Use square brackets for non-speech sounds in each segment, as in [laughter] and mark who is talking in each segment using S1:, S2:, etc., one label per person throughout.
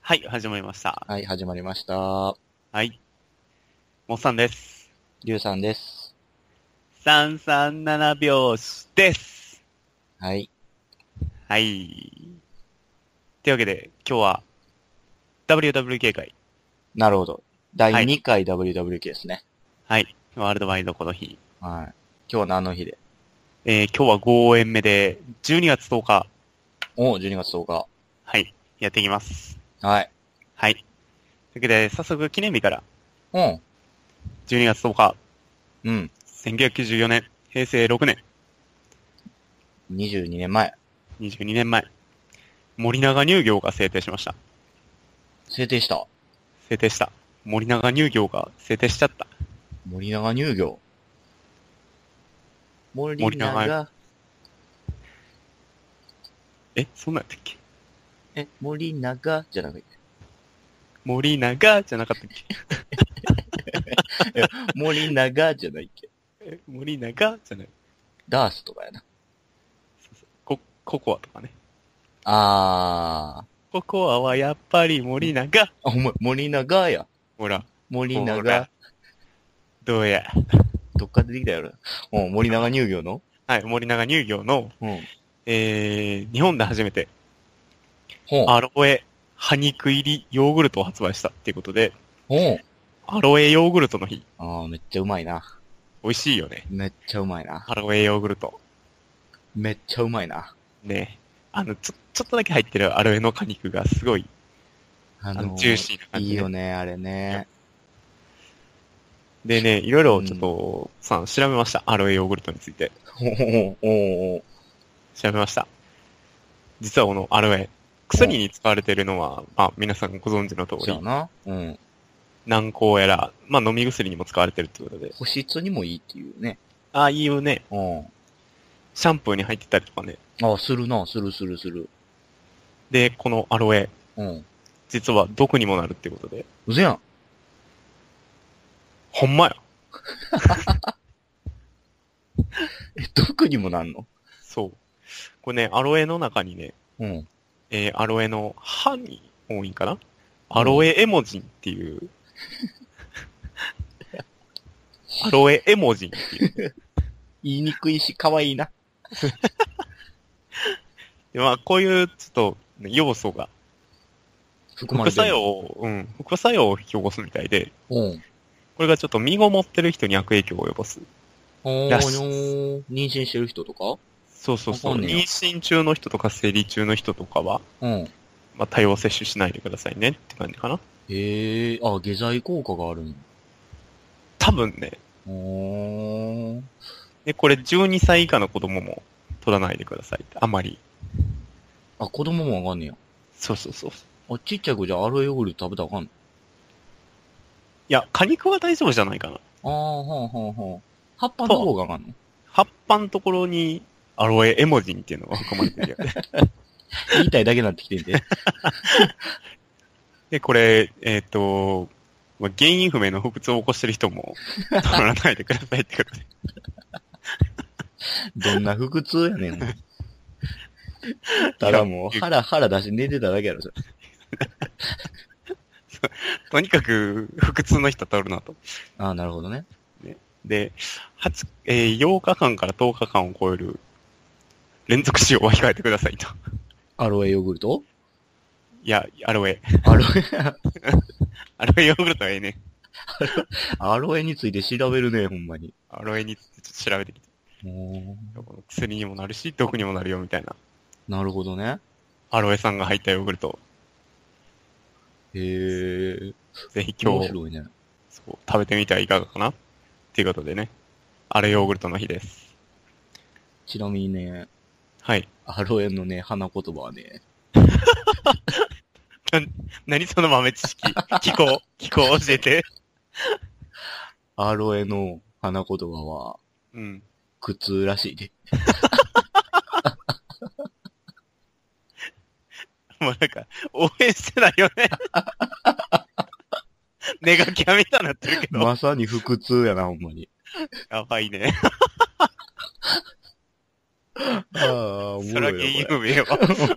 S1: はい、始まりました。
S2: はい、始まりました。
S1: はい。もっさんです。
S2: りゅうさんです。
S1: 337拍子です。
S2: はい。
S1: はい。というわけで、今日は WWK 会。
S2: なるほど。第2回 WWK ですね。
S1: はい。ワールドワイドこの日。
S2: はい。今日は何の日で
S1: えー、今日は5演目で、12月10日。
S2: おう、12月10日。
S1: はい。やっていきます。
S2: はい。
S1: はい。というわけで、早速記念日から、
S2: うん。
S1: 12月10日、
S2: うん。
S1: 1994年、平成6年、
S2: 22年前。
S1: 22年前、森永乳業が制定しました。
S2: 制定した。
S1: 制定した。森永乳業が制定しちゃった。
S2: 森永乳業。森
S1: 永
S2: 永、
S1: え、そんなんやったっけ
S2: え、森永じゃなくて、
S1: 森永じゃなかったっけ
S2: 森永じゃないっけ。
S1: え森永じゃない。
S2: ダースとかやな。
S1: コ、ココアとかね。
S2: あ
S1: ココアはやっぱり森永。
S2: ー。あ、ほんま、森永や。
S1: ほら、
S2: 森
S1: ほ
S2: 永
S1: ら、どうや。
S2: どっか出てきたやろ。うん、森永乳業の
S1: はい、森永乳業の、
S2: うん。
S1: えー、日本で初めて、
S2: ほう。
S1: アロエ、果肉入りヨーグルトを発売したっていうことで、
S2: ほう。
S1: アロエヨーグルトの日、
S2: ああ、めっちゃうまいな。
S1: 美味しいよね。
S2: めっちゃうまいな。
S1: アロエヨーグルト。
S2: めっちゃうまいな。
S1: ね。あの、ちょ、ちょっとだけ入ってるアロエの果肉がすごい、
S2: あ
S1: あ
S2: の
S1: の、ジューシーな感じ
S2: い
S1: で。
S2: いよね、あれね。
S1: でね、いろいろちょっと、さん、調べました。アロエヨーグルトについて。
S2: おーおーおー
S1: 調べました。実はこのアロエ、薬に使われているのは、まあ皆さんご存知の通
S2: そうや
S1: り、
S2: な。うん。
S1: 軟膏やら、まあ飲み薬にも使われてるってことで。
S2: 保湿にもいいっていうね。
S1: ああいうね、
S2: う
S1: シャンプーに入ってたりとかね。
S2: ん。あするな、するするする。
S1: で、このアロエ、
S2: うん。
S1: 実は毒にもなるってことで。
S2: うぜやん。
S1: ほんまや。
S2: え、毒にもなんの
S1: そう。これね、アロエの中にね、
S2: うん。
S1: えーアロエの歯に多いんかなアロエエモジンっていう。アロエエモジンっていう。
S2: 言いにくいし、可愛いな。
S1: でまあ、こういう、ちょっとね、要素が
S2: 含ま
S1: 副
S2: れて
S1: 作
S2: る
S1: 用。を、うん、副作用を引き起こすみたいで、
S2: うん。
S1: これがちょっと身ごもってる人に悪影響を及ぼす。
S2: お
S1: らしい
S2: ー、妊娠してる人とか
S1: そうそうそう。
S2: わかんね
S1: 妊
S2: えよ
S1: 娠中の人とか生理中の人とかは、
S2: うん。
S1: まあ、多様摂取しないでくださいねって感じかな。
S2: へえ、あ、下剤効果があるん
S1: 多分ね、
S2: おー。
S1: で、これ12歳以下の子供も取らないでくださいって。あまり。
S2: あ、子供もわかんねや。
S1: そうそうそう。い
S2: あ、ちっちゃい子じゃアロエヨーグルト食べたらあかんの
S1: や、果肉は大丈夫じゃないかな。
S2: ああ、ほうほうほう。葉っぱの方があかんの
S1: 葉っぱのところに、アロエエモジンっていうのが含まれてるよね。
S2: 言いたいだけになってきてん [laughs] で。
S1: で、これ、えっ、と、まあ原因不明の不物を起こしてる人も、取らないでくださいってことで。
S2: どんな腹痛やねん。ただもう、腹腹出して寝てただけやろ、それ。
S1: とにかく、腹痛の人取るなと。
S2: ああ、なるほどね。
S1: で、8、えー8日間から10日間を超える連続使用は控えてくださいと。
S2: アロエヨーグルト
S1: いや、アロエ。
S2: アロエ、
S1: アロエヨーグルトはええね。
S2: [laughs] アロエについて調べるね、ほんまに。
S1: アロエについてちょっと調べてきて。薬にもなるし、毒にもなるよみたいな。
S2: なるほどね。
S1: アロエさんが入ったヨーグルト、
S2: へえ。
S1: ぜひ今
S2: 面
S1: 日、
S2: 白いね。
S1: そう食べてみてはいかがかなっていうことでね。あれヨーグルトの日です。
S2: ちなみにね、
S1: はい。
S2: アロエのね、花言葉はね、
S1: 何その豆知
S2: [laughs]
S1: 識気候気候教えて。
S2: アロエの花言葉は、
S1: うん。
S2: 苦痛らしいで。
S1: もうなんか、応援してないよね。 [laughs] ネガキャみたいになってるけど。
S2: まさに腹痛やな、ほんまに。
S1: やばいね。
S2: ああ、おも
S1: そ
S2: ろ
S1: れはい
S2: なこれ
S1: 有名は。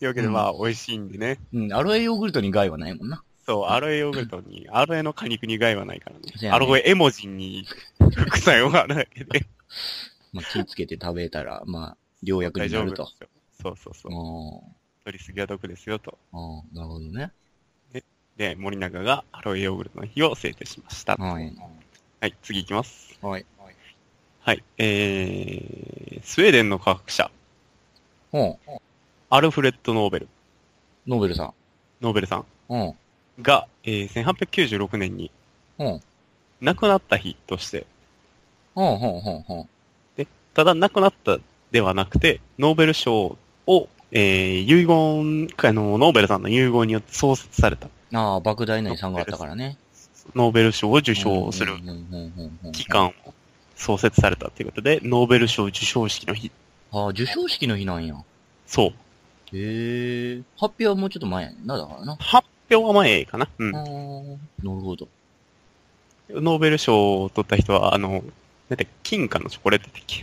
S1: いうわけで、
S2: うん
S1: まあ、美味しいんでね。
S2: うん、アロエヨーグルトに害はないもんな。
S1: そう、アロエヨーグルトに、アロエの果肉に害はないから
S2: そう
S1: ね。
S2: や
S1: ア
S2: ね
S1: ロエエモジンに副作用があるだけで。
S2: まあ、気をつけて食べたら、まあ、良薬
S1: 大
S2: に
S1: 丈
S2: な
S1: 夫で
S2: る
S1: すよ
S2: と。。
S1: そうそうそうう。
S2: ん。あ
S1: 取りすぎは毒ですよと。
S2: あ、なるほどね。
S1: で、森永がアロエヨーグルトの日を制定しました。は
S2: はい。
S1: い、次行きます。
S2: はい。
S1: はい、えー、スウェーデンの科学者、
S2: うん。
S1: アルフレッド・ノーベル、
S2: ノーベルさん。
S1: ノーベルさん
S2: うん。
S1: が、えー、1896年に
S2: うん。
S1: 亡くなった日として、
S2: うん、うん、うん、うん。
S1: ただ亡くなったではなくて、ノーベル賞を、えー、遺言、あの、ノーベルさんの遺言によって創設された、
S2: ああ、莫大な遺産があったからね。
S1: ノーベル賞を受賞する
S2: うんうんうんうんうん
S1: 機関を創設されたということで、ノーベル賞受賞式の日。
S2: ああ、授賞式の日なんや。
S1: そう。
S2: へえ。発表はもうちょっと前やねんな、だからな。
S1: 発表は前かな。う
S2: ああ
S1: ん。
S2: ー、なるほど。
S1: ノーベル賞を取った人は、あの、なんて、金貨のチョコレートだっけ
S2: へ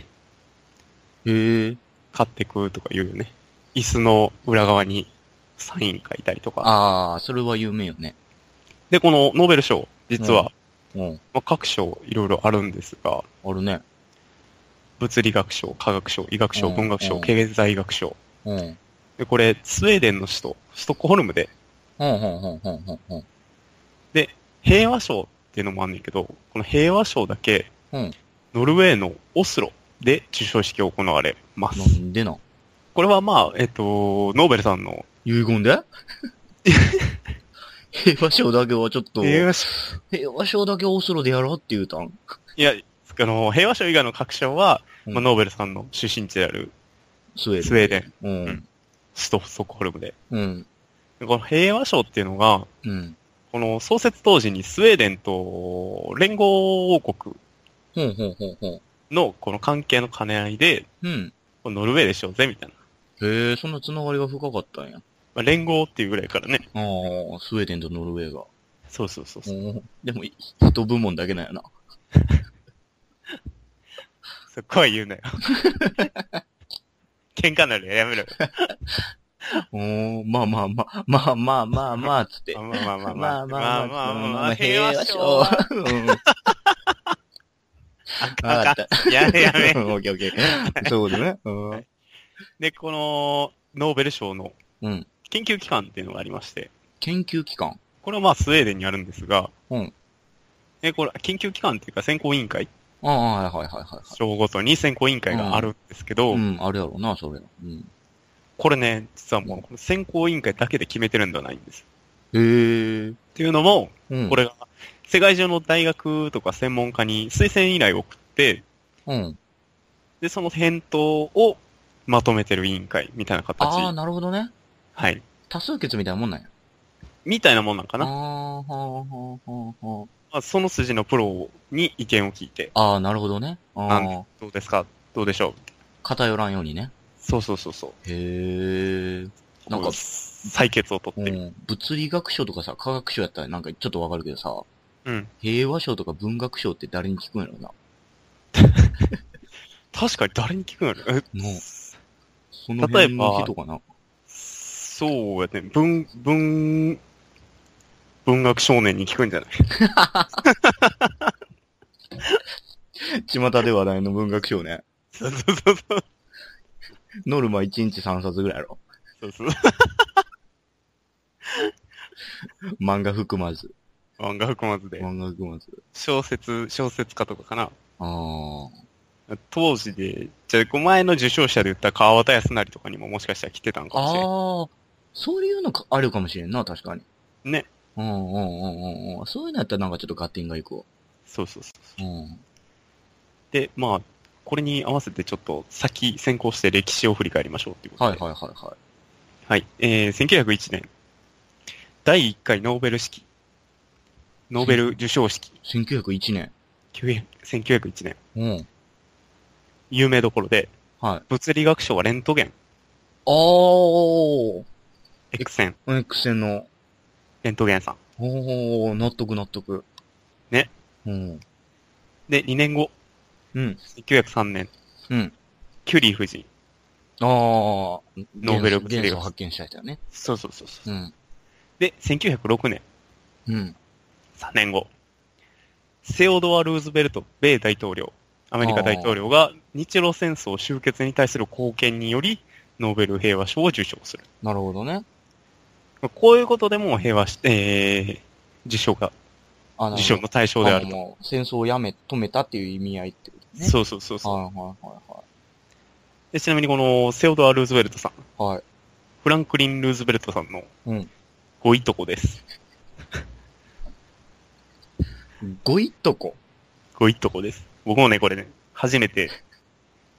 S2: え。
S1: 買ってくとか言うよね。椅子の裏側にサイン書いたりとか。
S2: ああ、それは有名よね。
S1: で、このノーベル賞、実は、
S2: うん。
S1: まあ、各賞いろいろあるんですが、
S2: あるね。
S1: 物理学賞、科学賞、医学賞、
S2: うん
S1: 文学賞、
S2: うん
S1: 経済学賞。
S2: うん。うん、
S1: で、これ、スウェーデンの首都、ストックホルムで、
S2: うん、うん、うん、うん、うん。
S1: 平和賞っていうのもあんねんけど、この平和賞だけ、
S2: うん
S1: ノルウェーのオスロで授賞式が行われま
S2: な
S1: す。
S2: んでな。
S1: これはまあ、えっ、と、ノーベルさんの
S2: 遺
S1: [laughs]
S2: 言で平和賞だけはちょっと、
S1: 平
S2: 平
S1: 和賞、
S2: 和賞だけオスロでやろうって言うたん。
S1: いや、あの、平和賞以外の各賞は、
S2: うん
S1: まあ、ノーベルさんの出身地である
S2: スウェ
S1: ス
S2: ー
S1: ウ
S2: デ
S1: ェーデン、
S2: ン。
S1: ストックホルムで。
S2: うん。うん。
S1: でこの平和賞っていうのが、
S2: うん。
S1: この創設当時にスウェーデンと連合王国
S2: ほんほんほんほん。
S1: のこの関係の兼ね合いで、
S2: うん。
S1: このノルウェーでしようぜ、みたいな。
S2: へえ、そんなつながりが深かったんや。
S1: まあ、連合っていうぐらいからね。
S2: ああ、スウェーデンとノルウェーが。
S1: そうそうそうそう。
S2: おーでも、一部門だけなんやな。
S1: そこは言うなよ。 [laughs] 喧嘩になるよやめろよ。
S2: おーまあまあまあ、まあまあまあまあ、つって。
S1: まあまあま
S2: ま
S1: あま
S2: あ
S1: あ。
S2: まあまあまあまあ、
S1: 平和賞
S2: 賞
S1: は。
S2: うんわか
S1: あ
S2: った。
S1: かんやめやめ
S2: [laughs] う。んオッケーオッケー。そうだね。うん
S1: はいで、この、ノーベル賞の
S2: うん。
S1: 研究機関っていうのがありまして、
S2: 研究機関。
S1: これはまあスウェーデンにあるんですが、
S2: うん。
S1: で、これ、研究機関っていうか選考委員会、
S2: ああ、はいはいはいはい。
S1: 賞ごとに選考委員会があるんですけど、
S2: うん、あるやろうな、それ。うん。
S1: これね、実はもうこの選考委員会だけで決めてるんではないんです。
S2: へえ。
S1: っていうのも、
S2: うん。
S1: こ。れが世界中の大学とか専門家に推薦依頼を送って、
S2: うん。
S1: で、その返答をまとめてる委員会みたいな
S2: ああ、
S1: 形。
S2: なるほどね。
S1: はい。
S2: 多数決みたいなもんなんや。
S1: みたいなもんなんか
S2: ああ
S1: な。
S2: ー、ほうほうほうほう。
S1: まあ、その筋のプロに意見を聞いて、
S2: ああ、なるほどね。
S1: なん
S2: ああ
S1: で、どうですかどうでしょう
S2: 偏らんようにね。
S1: そうそうそうそう。
S2: へえ。なんか
S1: こう採決を取
S2: う
S1: って、
S2: ん、物理学賞とかさ、科学賞やったらなんかちょっとわかるけどさ、
S1: うん。
S2: 平和賞とか文学賞って誰に聞くんやろな。
S1: 確かに誰に聞くのやろえ
S2: もうその辺の人かな。
S1: そうやね。文、文、文学少年に聞くんじゃない [laughs]
S2: 巷で話題の文学賞ね。
S1: そうそうそうそう。
S2: ノルマ1日3冊ぐらいやろ。
S1: そうそう。
S2: 漫画含まず。
S1: 漫画含まずで。
S2: 漫画含まず。
S1: 小説、小説家とかかな。
S2: ああ。
S1: 当時で、じゃあ、前の受賞者で言った川端康成とかにももしかしたら来てたんかもしれない。
S2: ああ。そういうのかあるかもしれんな、確かに。
S1: ね。
S2: うんうんうんうんうん。そういうのやったらなんかちょっと合点がいくわ。
S1: そうそうそう。
S2: うん。
S1: で、まあ、これに合わせてちょっと先、先行して歴史を振り返りましょうっていうこと
S2: はい
S1: で。
S2: はいはいは
S1: はい。えー、1901年、第1回ノーベル式、ノーベル受賞式、
S2: い。1901年。
S1: 9 1901年、
S2: うん。
S1: 有名どころで、
S2: はい。
S1: 物理学賞はレントゲン、
S2: あー
S1: X 線、
S2: X 線の。
S1: レントゲンさん。
S2: おー、納得納得。
S1: ね。
S2: うん。
S1: で、2年後、
S2: うん。
S1: 1903年、
S2: うん。
S1: キュリー夫人、
S2: ああ、ノ
S1: ーベル物理学
S2: 元素を発見した人よね。
S1: そうそうそうそう。
S2: うん。
S1: で、1906年、
S2: うん。
S1: 3年後、セオドア・ルーズベルト、米大統領、アメリカ大統領が日露戦争終結に対する貢献により、ノーベル平和賞を受賞する。
S2: なるほどね。
S1: こういうことでも平和し、えー、受賞が、
S2: あ、な
S1: 受
S2: る
S1: 賞
S2: ほ
S1: の対象
S2: ど
S1: である
S2: あ
S1: と。
S2: もう戦争をやめ、止めたっていう意味合いってことね。
S1: そうそうそうそう。
S2: はいはいは
S1: でちなみにこのセオドア・ルーズベルトさん、
S2: いはい。はい。
S1: フランクリン・ルーズベルトさんの
S2: うん
S1: ごいとこです。
S2: ごいっとこ。
S1: ごいとこです。僕もね、これね、初めて、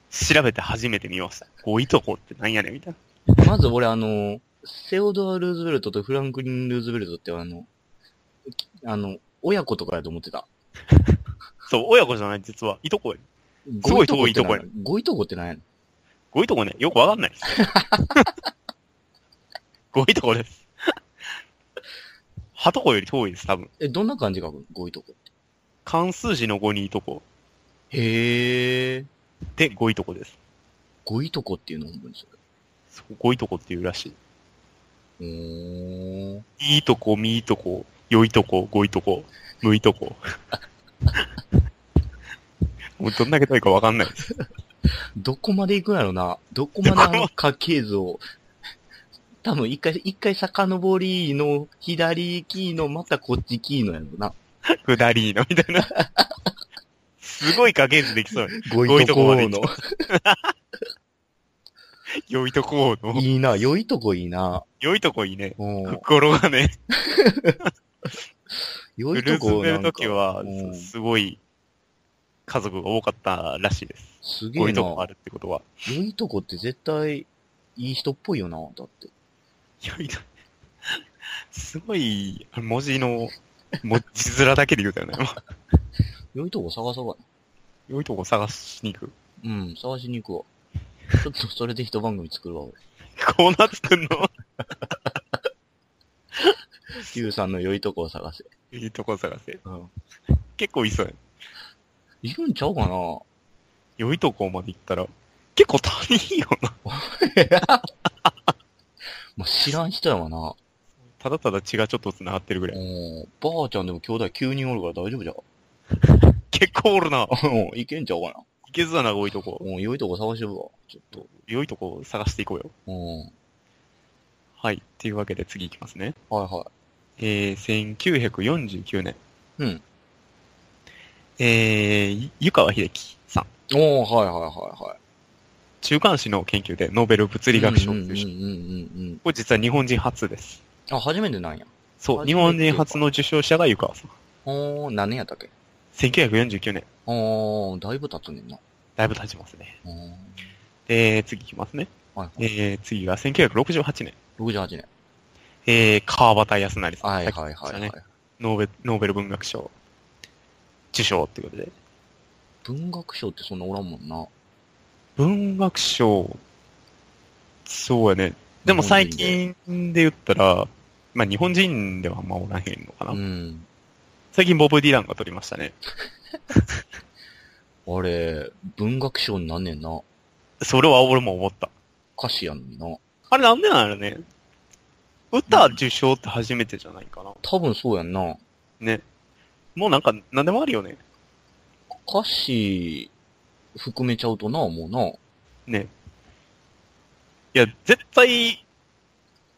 S1: 調べて初めて見ました。ごいとこってなんやねんみたいな。
S2: まず俺あの、セオドア・ルーズベルトとフランクリン・ルーズベルトってあの、きあの、親子とかやと思ってた。
S1: そう、親子じゃない、実は。いとこや。すご
S2: ご
S1: い遠いとこ
S2: こ
S1: や
S2: ごいとこってなんやの
S1: ごいとこね、よくわかん [laughs] ないです。ごいとこです。はとこより遠いです、多分。
S2: え、どんな感じがごいとこって。
S1: 関数字の5にいとこ。
S2: へえ。
S1: で、ごいとこです。
S2: ごいとこっていうのを思うんですよ。
S1: そうごいとこっていうらし
S2: おー。
S1: い。いいとこ、みいとこ、よいとこ、ごいとこ、むいとこ。 [laughs] もうどんだけ遠いかわかんないです。
S2: どこまで行くんやろな。どこまであの家系図を。多分一回、一回遡りの、左キーの、またこっちキーのやろな。
S1: 下りの、みたいな。すごい加減図できそう。[laughs]
S2: ご
S1: ごい
S2: い
S1: と
S2: と
S1: こ
S2: こ
S1: まで行
S2: の
S1: っ。 [laughs] よいとこの、
S2: いいな、良いとこいいな。
S1: よいとこいいね。
S2: うん。
S1: 心がね。
S2: [laughs] 良
S1: ブ
S2: い
S1: ル
S2: と
S1: ーズ
S2: こ
S1: ベ
S2: な
S1: ル
S2: んか
S1: ときは
S2: う、ん
S1: すごい、家族が多かったらしいです。
S2: すげ
S1: こうい
S2: え
S1: う
S2: な。
S1: とこあ
S2: 良
S1: るってことは。
S2: いとこって絶対、いい人っぽいよな、だって。
S1: よいとすごい、文字の、文字面だけで言うたよね。 [laughs]
S2: 良いとこ探そうか
S1: よいとこ探しに行く。
S2: な。うん、探しに行くわ。ちょっとそれで一番組作るわ、俺。
S1: こうなって
S2: [laughs]
S1: んの
S2: ゆうさんの良いとこを探せ。
S1: いいとこ探せ。
S2: うん。
S1: 結構いそうや
S2: いるんちゃうかな
S1: よいとこまで行ったら、結構他人よな。
S2: まあ、知らん人やわな。
S1: ただただ血がちょっと繋がってるぐらい。
S2: うん。ばあちゃんでも兄弟9人おるから大丈夫じゃ
S1: 結構おるな。
S2: ん。うん、いけんちゃうかな。
S1: いけずだな、こういうとこ。
S2: うん、良いとこ探してるわ。ちょっと。
S1: 良いとこ探していこうよ。
S2: うん。はい
S1: はい。というわけで次行きますね。
S2: は
S1: えー、1949年。
S2: うん。
S1: えー、湯川秀樹さん。
S2: い。おー、はいはいはいはい。
S1: 中間子の研究でノーベル物理学賞
S2: う
S1: を
S2: んうんうん
S1: 受
S2: うん
S1: 賞。
S2: うん。
S1: これ実は日本人初です。
S2: あ、初めてなんや。
S1: そう。
S2: 初めて
S1: 日本人初の受賞者が湯川さん。
S2: おー、何年やったっけ
S1: 1949年。
S2: おー、だいぶ経つねんな。
S1: だいぶ経ちますね。
S2: おー
S1: で、次行きますね。
S2: はいはい。
S1: えー、次が1968年。
S2: 68年。
S1: えー、川端康成さん。
S2: はい
S1: さっき
S2: はい
S1: 言って
S2: は
S1: た
S2: い、
S1: ね
S2: はい。
S1: ノーベル、ノーベル文学賞受賞ってことで。
S2: 文学賞ってそんなおらんもんな。
S1: 文学賞、そうやね。でも最近で言ったら、まあ日本人ではあんまおらへんのかな。
S2: うん。
S1: 最近ボブ・ディランが取りましたね。
S2: あれ、文学賞になんねんな。
S1: それは俺も思った。
S2: 歌詞やのにな。
S1: あれなんでなんやろね。歌受賞って初めてじゃないかな。
S2: 多分そうやんな。
S1: ね。もうなんか、なんでもあるよね。
S2: 歌詞、含めちゃうとな、もうな。
S1: ね。いや、絶対、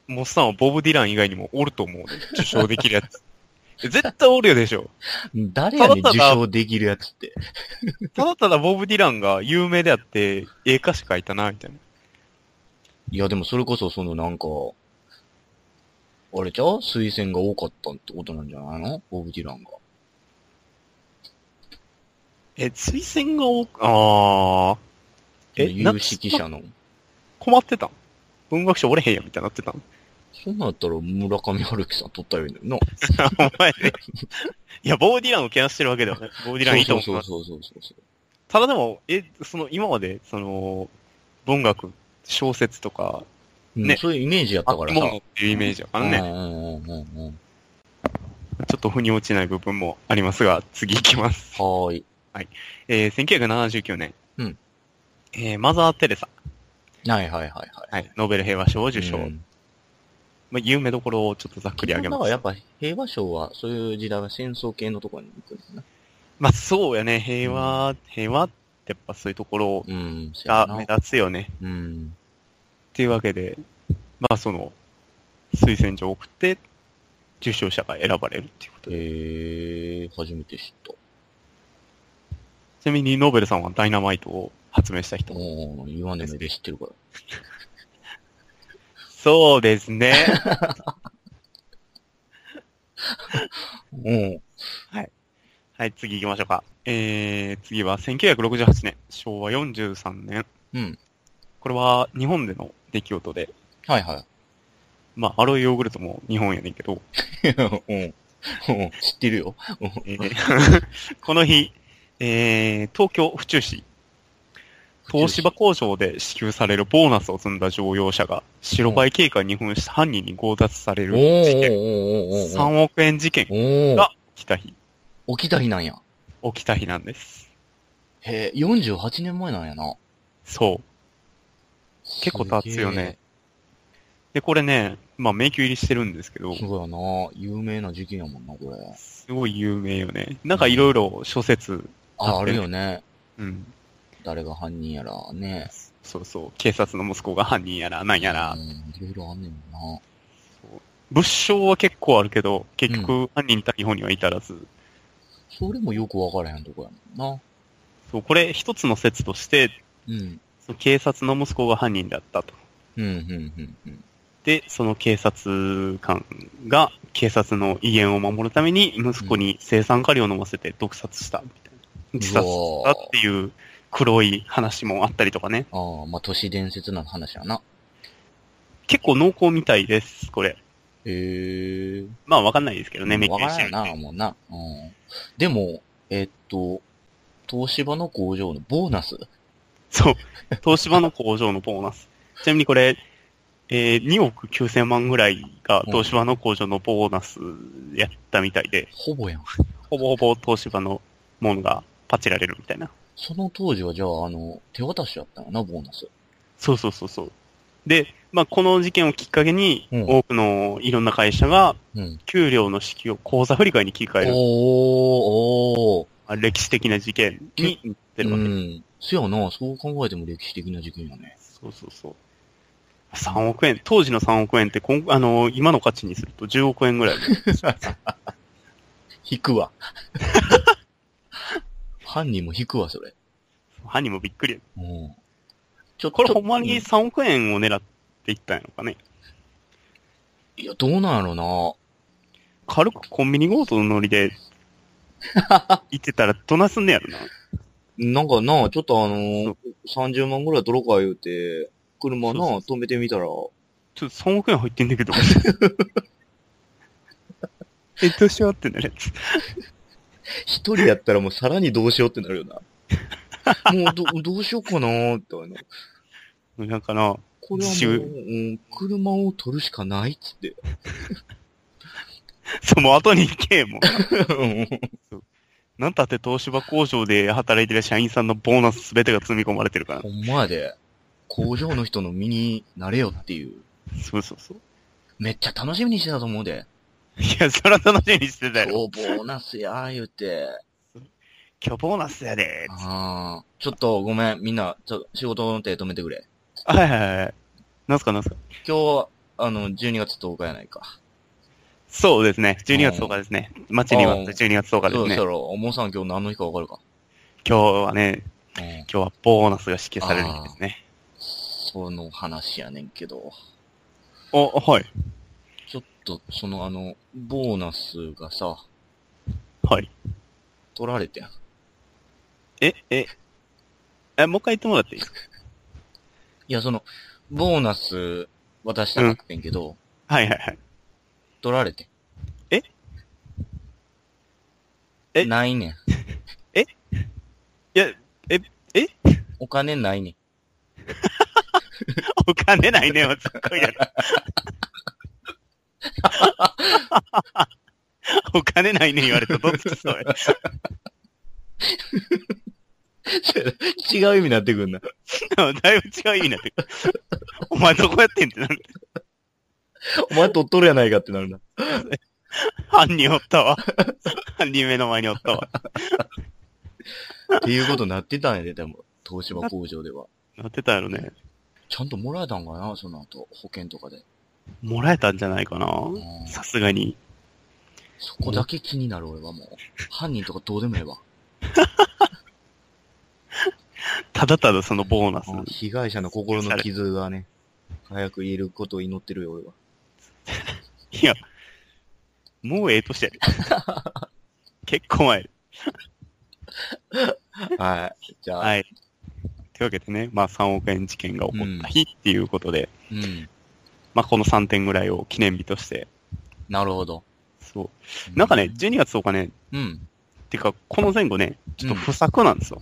S1: モッサンはボブ・ディラン以外にもおると思うね。受賞できるや [laughs] つ。絶対おるよでしょ。
S2: 誰やねん、
S1: ただた
S2: 受
S1: だ
S2: 賞できるやつって。
S1: ただただボブ・ディランが有名であって、ええ歌詞書いたな、みたいな。
S2: いや、でもそれこそ、そのなんか、あれじゃう推薦が多かったってことなんじゃないのボブ・ディランが。
S1: え、推薦が多く、あーえ
S2: 有識者の。
S1: 困ってたん文学賞おれへんや、みたいになってた
S2: [laughs]
S1: ん
S2: そんなんやったら村上春樹さん撮ったらいいんだよな。
S1: お前ね。いや、ボブ・ディランをけなしてるわけではない。ボブ・ディランいいと思う
S2: そうそうそうそうそう
S1: ただでも、え、その、今まで、その、文学、小説とか、
S2: そう。
S1: ね
S2: ね、そういうイメージやったからさ。
S1: ものっていうイメージだからね、
S2: うんうんうんうんうん。
S1: ちょっと腑に落ちない部分もありますが、次行きます。
S2: はーい。
S1: えー、1979年。
S2: うん。
S1: えー、マザー・テレサ。
S2: はいはいはいはい。
S1: はい、ノーベル平和賞を受賞。
S2: うん
S1: まあ、有名どころをちょっとざっくり上げ
S2: 基本
S1: ます
S2: だからや。っぱ平和賞は、そういう時代は戦争系のところに行くんだな。
S1: まあ、そうやね、平和、平和ってやっぱそういうところ
S2: うん、せや
S1: が
S2: な
S1: 目立つよね。
S2: うん。
S1: っていうわけで、まあその、推薦状を送って、受賞者が選ばれるっていうことで。
S2: えー、初めて知っ
S1: ちなみにノーベルさんはダイナマイトを発明した
S2: た。
S1: 人。
S2: おー、言わねえで知ってるから。
S1: そうです
S2: [laughs]
S1: ね。
S2: うん。
S1: はい、次行きましょうか。えー、次は1968年、昭和43年。
S2: うん。
S1: これは日本での出来事で、
S2: はいは
S1: まあ、アロイヨーグルトも日本やねんけど、
S2: い。 [laughs] うん。うん知ってるよ。
S1: えーこの日、えー、東京府中市、東芝工場で支給されるボーナスを積んだ乗用車が白バイ警官に扮した犯人に強奪され
S2: お
S1: る
S2: ーおー
S1: 事件、
S2: おーおーおー
S1: 3億円事件が
S2: おー
S1: が起きた日、
S2: 起きた日なんや。
S1: 起きた日なんです。
S2: へえ、48年前なんやな。
S1: そう。結構経つよねで、これね、まあ迷宮入りしてるんですけど
S2: すげえ。、そうやな。有名な事件やもんな、これ。
S1: すごい有名よね。なんかいろいろ諸説、
S2: あ、あるよね。
S1: うん、
S2: 誰が犯人やら、ね。
S1: そうそう、警察の息子が犯人やら、なんやら
S2: う、ん、いろいろあんねんな。
S1: 物証は結構あるけど、結局犯人逮捕には至らず、
S2: それもよくわからへんとこやもんな。
S1: そう、これ一つの説として、
S2: うん。
S1: その警察の息子が犯人だったと。
S2: うん、うん、うん、うん。
S1: で、その警察官が警察の威厳を守るために息子に生産過量を飲ませて毒殺したみたいな。自殺したっていう黒い話もあったりとかね。
S2: ああ、まあ、都市伝説な話やな。
S1: 結構濃厚みたいです、これ。
S2: へえ。
S1: まあわかんないですけどね、
S2: わから
S1: して
S2: んな、もうな。うん。でも、えっと、東芝の工場のボーナス。
S1: そう。東芝の工場のボーナス。ちなみにこれ、えー2億9000万ぐらいが東芝の工場のボーナスやったみたいで、
S2: ほぼやん。
S1: ほぼほぼ東芝のものがパチられるみたいな。
S2: その当時はじゃあ、あの、手渡しやったんやな、ボーナス。
S1: そうそうそうそう。で、まあ、この事件をきっかけに、
S2: うん
S1: 多くのいろんな会社が
S2: うん。
S1: 給料の支給を口座振り替えに切り替える、
S2: おー、おー。
S1: まあ歴史的な事件になってるわけ
S2: う
S1: です。
S2: ん。そやな、そう考えても歴史的な事件やね。
S1: そうそうそう。3億円、当時の3億円って今、あの今の価値にすると10億円ぐらい。[laughs]
S2: 引くわ。犯人も引くわ、それ。
S1: 犯人もびっくりや。
S2: うん。ちょ
S1: これほんま
S2: う
S1: に
S2: ん
S1: 3億円を狙っていったんやろかね。
S2: いや、どうなんやろな。
S1: 軽くコンビニ強盗のノリで、行ってたらどなすんねやろな。
S2: なんかな、ちょっとあの
S1: そ
S2: ー
S1: う、
S2: 30万ぐらい取ろうか言うて、
S1: そ
S2: 車
S1: うそ
S2: な、止めてみたら、
S1: ちょっと3億円入ってんだけ
S2: [laughs]
S1: ど。え、どうしようってなるやつ。
S2: 一人やったらもうさらにどうしようってなる
S1: [laughs]
S2: よな。もうど、どうしようかなーってあの。
S1: なんかな、
S2: これは
S1: 自
S2: もう、
S1: 由
S2: うん、車を取るしかないっ
S1: [laughs]
S2: つって。
S1: その後に行けもん。
S2: うん
S1: なんたって東芝工場で働いてる社員さんのボーナス全てが積み込まれてるから。
S2: ほんまやで、工場の人の身になれよっていう。
S1: そうそうそう。
S2: めっちゃ楽しみにしてたと思うで。
S1: いや、そら楽しみにしてたよ。
S2: おボーナスや、言うて。
S1: 今日ボーナスやでーっつっ
S2: ああ。ちょっとごめん、みんな、ちょっと仕事の手止めてくれ。
S1: てはいはいはい。なんすかなんすか。
S2: 今日、あの、12月10日やないか。
S1: そうですね。12月10日ですね。待ちに待って12月10日で
S2: そ
S1: す
S2: う
S1: ね
S2: した。ら、おもさん今日何の日かわかるか。
S1: 今日はね、
S2: うん。
S1: 今日はボーナスが支給される日ですね。
S2: その話やねんけど。
S1: お、はい。
S2: ちょっと、そのあの、ボーナスがさ、
S1: はい。
S2: 取られてん。
S1: え、え、え、もう一回言ってもらっていい
S2: いや、その、ボーナス渡したかってんけど、
S1: はいはいはい。
S2: 取られてん。
S1: ええ
S2: ないねん。
S1: いや、
S2: お金ないねん。
S1: [laughs] お金ないねはツッコミや [laughs] ろ。お金ないね言われたらどっちそうや。
S2: 違う意味になってくんな。
S1: [laughs] だいぶ違う意味になってくる。お前どこやってんってなる。
S2: お前取っとるやないかってなるな。
S1: 犯人おったわ。犯人目の前におったわ。
S2: っていうことになってたんやで、でも、東芝工場では。
S1: なってたやろね。
S2: ちゃんともらえたんかな、その後、保険とかで。
S1: もらえたんじゃないかな
S2: うん
S1: さすがに。
S2: そこだけ気になる俺はもう。犯人とかどうでもええわ。
S1: ただただそのボーナス。
S2: 被害者の心の傷がね、早く言えることを祈ってるよ、俺は。
S1: いや、もうええ年やで。結構前。
S2: はい。じゃあ、
S1: はい。というわけでね、まあ3億円事件が起こった日っていうことで、
S2: うん。
S1: まあこの3点ぐらいを記念日として。
S2: なるほど。
S1: そう。なんかね、、12月10日ね、
S2: うん。
S1: てか、この前後ね、ちょっと不作なんですよ。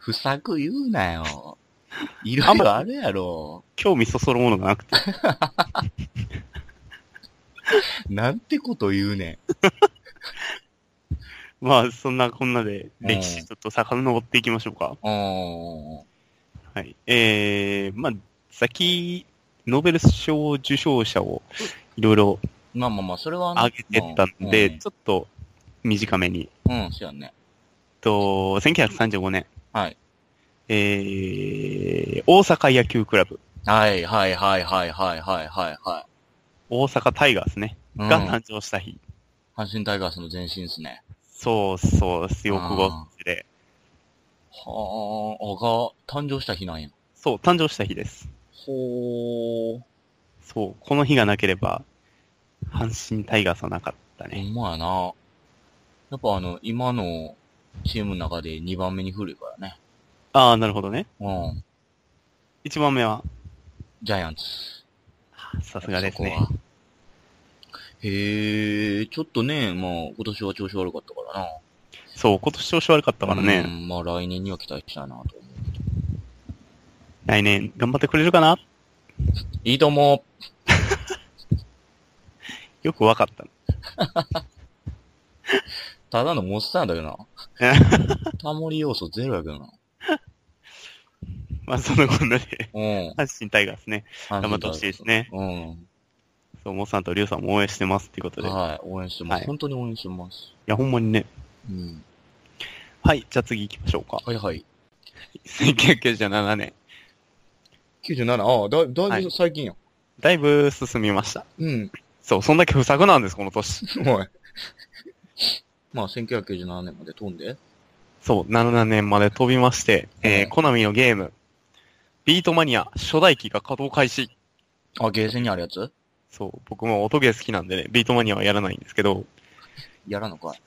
S2: 不作言うな
S1: [laughs]
S2: よ。いろいろあるやろ。
S1: 興味そそるものがなくて。
S2: なんてこと言うねん。
S1: まあ、そんなこんなで、歴史ちょっと遡っていきましょうか。
S2: おー。
S1: はい。えー、まあ、先、ノーベル賞受賞者をいろいろ
S2: まあまあまあ、それはね
S1: 挙げてたんで、ちょっと短めに。
S2: うん、うん、そうやね。
S1: と、1935年。
S2: はい。
S1: えー、大阪野球クラブ、
S2: はい、はい、はい、はい、はい、はい、はい、は
S1: 大阪タイガースね、
S2: い。うん
S1: が誕生した日。
S2: 阪神タイガースの前身ですね。
S1: そうそうです、よくご存知で。
S2: はあ、あが誕生した日なんや。
S1: そう、誕生した日です。
S2: ほー。
S1: そう、この日がなければ、阪神タイガースはなかった
S2: ほ
S1: ね。
S2: んまやな。やっぱあの、今のチームの中で2番目に古いからね。
S1: ああ、なるほどね。
S2: うん。
S1: 1番目は、
S2: ジャイアンツ。
S1: さすがですね
S2: そ。こは。へえ、ちょっとね、まあ、今年は調子悪かったからな。
S1: そう、今年調子悪かったからね、
S2: うん、まあ来年には期待したいなと思う。
S1: 来年頑張ってくれるかない
S2: いとも。
S1: よくわかった。
S2: ただのモンスターだ
S1: [laughs]
S2: けどな。タモリ要素ゼロやけどな。
S1: まあ、そんなこんなで、
S2: うん。
S1: 阪神タイガースね、頑張ってほしいですね。
S2: うん。
S1: そう、モーさんとリュウさんも応援してますっていうことで。い
S2: はい、応援してます。
S1: はい
S2: 本当に応援してます。
S1: や、ほんまにね。
S2: うん。
S1: はい、じゃあ次行きましょう
S2: [laughs]
S1: か。
S2: はいはい。
S1: 1997年。
S2: 97、ああ、だ、だ
S1: はい
S2: ぶ
S1: い
S2: 最近や。
S1: だいぶ進みました。
S2: うん。 [laughs]
S1: そう、そんだけ不作なんです、この年。
S2: おい。まあ、1997年まで飛んで。
S1: そう、7年まで飛びまして、え
S2: う
S1: ー、
S2: ん
S1: コナミのゲーム、ビートマニア初代機が稼働開始。
S2: あ、ゲーセンにあるやつ
S1: そう、僕も音ゲー好きなんでね、ビートマニアはやらないんですけど、
S2: やらんのかい。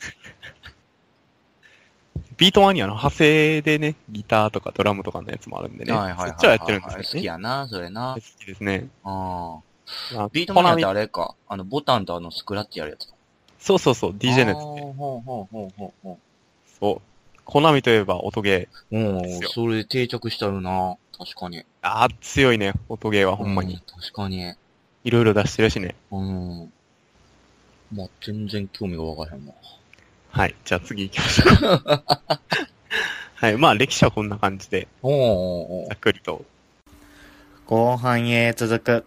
S1: ビートマニアの派生でね、ギターとかドラムとかのやつもあるんでね、
S2: はいはいはいはい
S1: そっちはやってるんです
S2: 好
S1: けど
S2: き
S1: ね。
S2: やな、それな
S1: 好。きですね。
S2: ああ。
S1: まあ
S2: ビートマニアっ
S1: コ
S2: て
S1: ナミ
S2: あれか。あの、ボタンとあの、スクラッチやるやつか。
S1: そうそうそう、DJ のやつ
S2: ほうほうほうほうほうほ
S1: そう。コナミといえば音ゲー。
S2: う。うん
S1: ですよ、
S2: それ定着したるな。確かに。
S1: あー強いね、音ゲーはほんま
S2: う
S1: に。
S2: 確かに。
S1: いろいろ出してるしね。
S2: うん。まあ、全然興味がわからへんわ。
S1: はい。じゃあ次行きましょう。
S2: [laughs]
S1: はい。まあ歴史はこんな感じで、
S2: おーおーおー
S1: ざっくりと。
S3: 後半へ続く。